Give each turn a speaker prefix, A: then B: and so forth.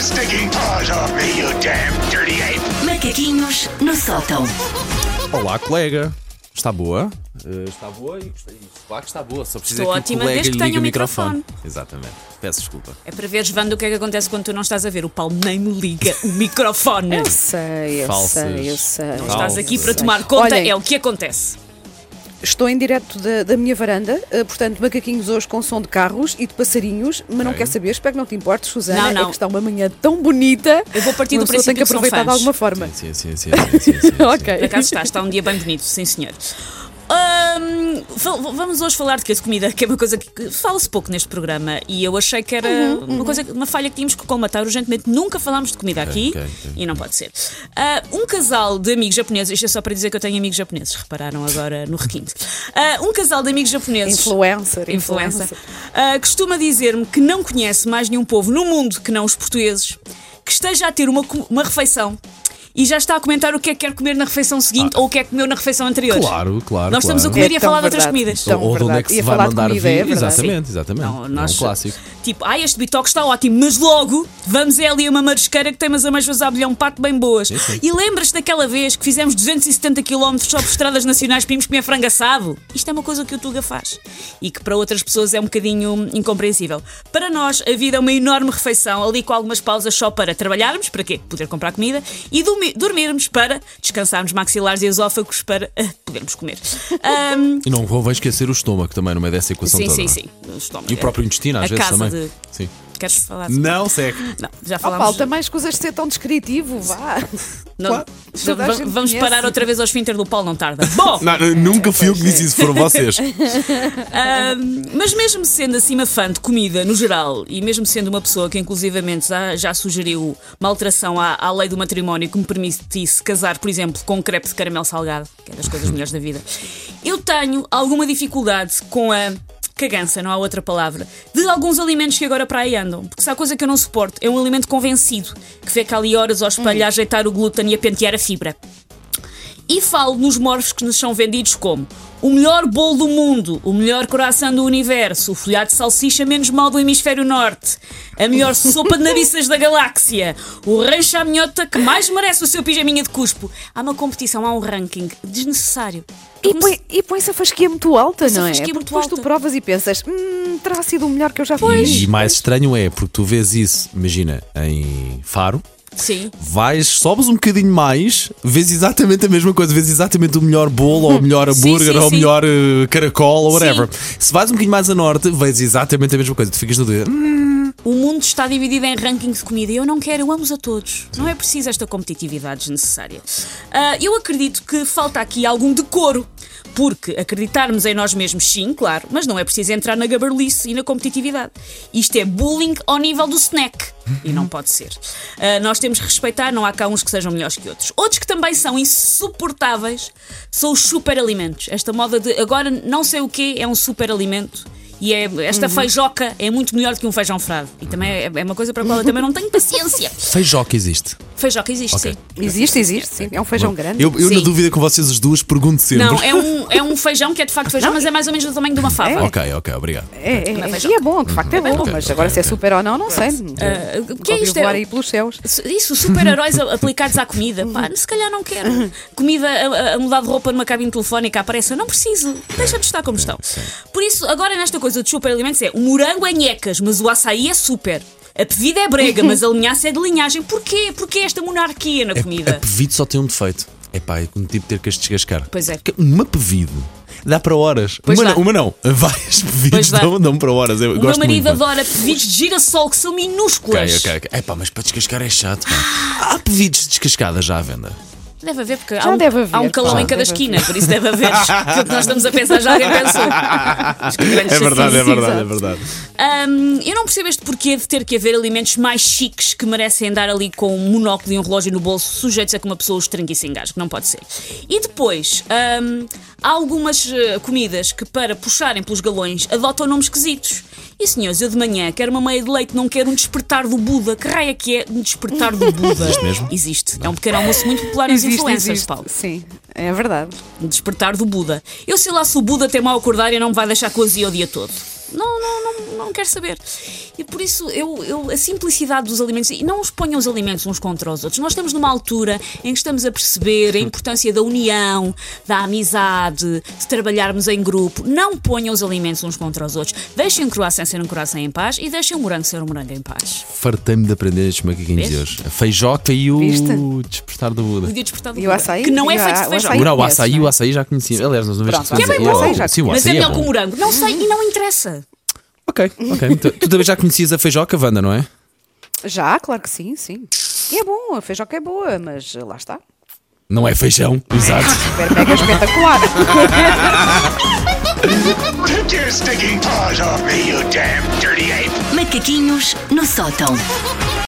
A: sticking paws off me, you damn dirty ape!
B: Macaquinhos no sótão.
C: Olá, colega. Está boa? Eh, está boa e gostei- e claro que está boa. Só precisa
D: Estou
C: que
D: ótima,
C: o colega
D: desde que
C: lhe ligue
D: tenha
C: o
D: um
C: microfone. Exatamente. Peço desculpa.
D: É para veres, Wanda, o que é que acontece quando tu não estás a ver. O Paulo nem me liga o microfone.
C: Oh,
E: Eu sei, eu
C: Falsas.
E: sei, eu sei.
C: Não
D: Estás
C: Paulo,
D: aqui para
C: sei.
D: tomar conta,
E: Olhem.
D: é o que acontece.
E: Estou em direto da, da minha varanda, eh, portanto, macaquinhos hoje com som de carros e de passarinhos, mas não
C: Ok.
E: quer saber, espero que não te importes, Susana,
D: Não, não.
E: é que está uma manhã tão bonita.
D: Eu vou partir
E: uma
D: do
E: pessoa
D: princípio
E: tem que
D: que são
E: aproveitar de
D: fãs.
E: alguma forma.
C: Sim, sim, sim. sim, sim, sim, sim.
E: ok.
D: Por acaso está, está um dia bem bonito, sim senhor. Ahm, fal- vamos hoje falar de que de comida, que é uma coisa que- que fala-se pouco neste programa e eu achei que era
E: Uhum,
D: uma, coisa, uma falha que tínhamos que combatar urgentemente. Nunca falámos de comida aqui
C: ok, ok.
D: e não pode ser. Ah, um casal de amigos japoneses, isto é só para dizer que eu tenho amigos japoneses, repararam agora no requinte. Ah, um casal de amigos japoneses.
E: Influencer, É
D: influencer, ah, costuma dizer-me que não conhece mais nenhum povo no mundo que não os portugueses, que esteja a ter uma, co- uma refeição e já está a comentar o que é que quer comer na refeição seguinte ou o que é que comeu na refeição anterior.
C: Claro, claro.
D: Nós
C: claro.
D: estamos a comer e a
E: É tão
D: falar de outras
E: verdade.
D: comidas.
E: Tão
C: Ou de onde é
E: verdade.
C: que se
E: Ia
C: vai
E: falar de
C: mandar
E: comida, é
C: vir?
E: verdade.
C: exatamente, exatamente.
D: Não,
C: é
D: nós-
C: um clássico.
D: Tipo, ah, este bitoque está ótimo, mas logo vamos é ali a uma marisqueira que tem umas ameixas a abelhão um pato bem boas.
C: sim.
D: E lembras-te daquela vez que fizemos 270 km só por estradas nacionais para irmos comer frango assado? Isto é uma coisa que o Tuga faz e que para outras pessoas é um bocadinho incompreensível. Para nós, a vida é uma enorme refeição, ali com algumas pausas só para trabalharmos, para quê? Poder comprar comida, e dormi- dormirmos para descansarmos maxilares e esófagos para ah, podermos comer. Ahm,
C: E não convém esquecer o estômago também no meio dessa equação
D: sim,
C: toda.
D: sim,
C: não é?
D: sim, O estômago.
C: E o próprio intestino, às
D: A
C: vezes,
D: casa
C: também.
D: de-
C: Sim.
D: Queres falar sobre
C: Não, segue.
D: Não, já
E: Oh,
D: falámos.
E: Paulo, também escusas de ser tão descritivo, vá.
D: Não-
C: claro.
D: não,
E: Toda a
D: va-
E: gente
D: vamos
E: conhece.
D: parar outra vez ao esfínter do Paulo, não tarda. Bom,
C: Não, não, nunca fui eu que
D: é.
C: disse isso, foram vocês.
D: ahm, Ah, mas mesmo sendo assim uma fã de comida no geral, e mesmo sendo uma pessoa que inclusivamente já, já sugeriu uma alteração à, à lei do matrimónio que me permitisse casar, por exemplo, com crepe de caramelo salgado, que é das coisas melhores da vida, eu tenho alguma dificuldade com a cagança, não há outra palavra, de alguns alimentos que agora para aí andam. Porque se há coisa que eu não suporto, é um alimento convencido, que fica ali horas ao espelho
E: Uhum.
D: a ajeitar o glúten e a pentear a fibra. E falo nos morfos que nos são vendidos como o melhor bolo do mundo, o melhor coração do universo, o folhado de salsicha menos mau do hemisfério norte, a melhor sopa de naviças da galáxia, o rancho à minhota que mais merece o seu pijaminha de cuspo. Há uma competição, há um ranking desnecessário.
E: E, põe, e põe-se a fasquia muito alta,
D: a
E: não é?
D: fasquia
E: Porque
D: muito
E: depois tu
D: alta.
E: provas e pensas, hum, terá sido o melhor que eu já fiz.
C: E mais estranho é, porque tu vês isso, imagina, em Faro,
D: Sim.
C: vais, sobes um bocadinho mais, vês exatamente a mesma coisa, vês exatamente o melhor bolo, ou o melhor
D: Sim,
C: hambúrguer,
D: sim,
C: ou o
D: sim.
C: melhor eh, caracol, ou whatever.
D: Sim.
C: Se vais um bocadinho mais a norte, vês exatamente a mesma coisa. Tu ficas no dia. "Hum,
D: O mundo está dividido em rankings de comida e eu não quero, eu amo-os a todos. Não é preciso esta competitividade desnecessária. Ah, eu acredito que falta aqui algum decoro, porque acreditarmos em nós mesmos, sim, claro, mas não é preciso entrar na gabarlice e na competitividade. Isto é bullying ao nível do snack e não pode ser. Ah, nós temos que respeitar, não há cá uns que sejam melhores que outros. Outros que também são insuportáveis são os superalimentos. Esta moda de agora não sei o que é um superalimento. E é, esta feijoca é muito melhor do que um feijão frado. E também é, é uma coisa para a qual eu também não tenho paciência.
C: Feijoca existe.
D: Feijoca existe,
C: Ok.
D: sim.
E: Existe, existe, sim. É um feijão grande.
C: Eu, eu na
D: Sim.
C: dúvida com vocês as duas, pergunto sempre.
D: Não, é um, é um feijão que é de facto feijão, mas é mais ou menos do tamanho de uma fava.
C: Ok, ok, obrigado.
E: É, é,
D: Uma
E: é,
D: feijoca.
E: e é bom, de facto é bom,
C: Ok,
E: mas
C: ok,
E: agora se é
C: ok.
E: super ou não, não sei.
D: Ah, o que é
E: Ouvi
D: isto?
E: voar
D: É,
E: aí pelos céus.
D: isso, super-heróis a- aplicados à comida. Pá, se calhar não quero. Comida a, a- a mudar de roupa numa cabine telefónica aparece. Eu não preciso. Deixa de estar como estão. Por isso, agora nesta coisa de super-alimentos é o morango é nhecas, mas o açaí é super. A pedida é brega, mas a linhaça é de linhagem. Porquê? Porquê esta monarquia na
C: A, a
D: comida?
C: pevide É, só tem um defeito. É pá, é como tipo ter que as descascar.
D: Pois é.
C: Porque Uma pevide dá para horas.
D: Pois
C: uma,
D: dá.
C: não, uma não. Várias pevides
D: Pois dá.
C: dão, dão para horas. Eu
D: O meu
C: gosto
D: marido
C: muito. pá.
D: adora pedidos de girassol que são
C: Ok,
D: minúsculas.
C: ok, ok. É pá, mas para descascar é chato. Pá. Há pevides descascadas já à venda.
D: Deve haver, porque há
E: Já
D: um,
E: deve haver,
D: há um calão
E: já
D: em cada
E: deve
D: esquina, por isso deve haver. Aquilo que nós estamos a pensar já alguém pensou. Mas que grande
C: É verdade,
D: chatice.
C: é verdade, é verdade.
D: Hum, eu não percebo este porquê de ter que haver alimentos mais chiques que merecem andar ali com um monóculo e um relógio no bolso, sujeitos a que uma pessoa os trangue e se engasgue. Não pode ser. E depois, hum, há algumas eh, comidas que, para puxarem pelos galões, adotam nomes esquisitos. E senhores, eu de manhã quero uma meia de leite, não quero um despertar do Buda. Que raio é que é um despertar do Buda? Existe
C: mesmo?
D: Existe. É um pequeno almoço muito popular nos influencers, Paulo.
E: Sim, é verdade.
D: Despertar do Buda. Eu sei lá se o Buda tem mal a acordar e não me vai deixar cozinhar o dia todo. Não, não, não, não quero saber. E por isso, eu, eu- a simplicidade dos alimentos, e não os ponham os alimentos uns contra os outros. Nós estamos numa altura em que estamos a perceber a importância da união, da amizade, de trabalharmos em grupo. Não ponham os alimentos uns contra os outros. Deixem o croissant ser um croissant em paz e deixem o morango ser um morango em paz.
C: Fartei-me de aprender estes macaquinhos de
D: Vês?
C: hoje. A feijoca e o
E: Viste?
C: despertar do Buda.
D: O dia despertado
E: E o açaí?
D: que não é
E: E o
D: feito de
E: a- o
D: feijão.
E: açaí?
C: Não, o
E: conheces,
C: açaí,
E: não
C: o
E: é?
C: açaí já conheci. Aliás, nós não vimos
E: Pronto, que é bem bom, o açaí já
C: Sim, o
D: Mas é
C: açaí é
D: melhor que o
C: bom.
D: morango. Não sei e não interessa.
C: Ok, ok. Então, tu também já conhecias a feijoca, Wanda, não é?
E: Já, claro que sim, sim. E é bom, a feijoca é boa, mas eh, lá está.
C: Não é feijão, exato.
E: Super mega espetacular.
A: Take your stinking paws off me, you damn dirty ape!
B: Macaquinhos no sótão.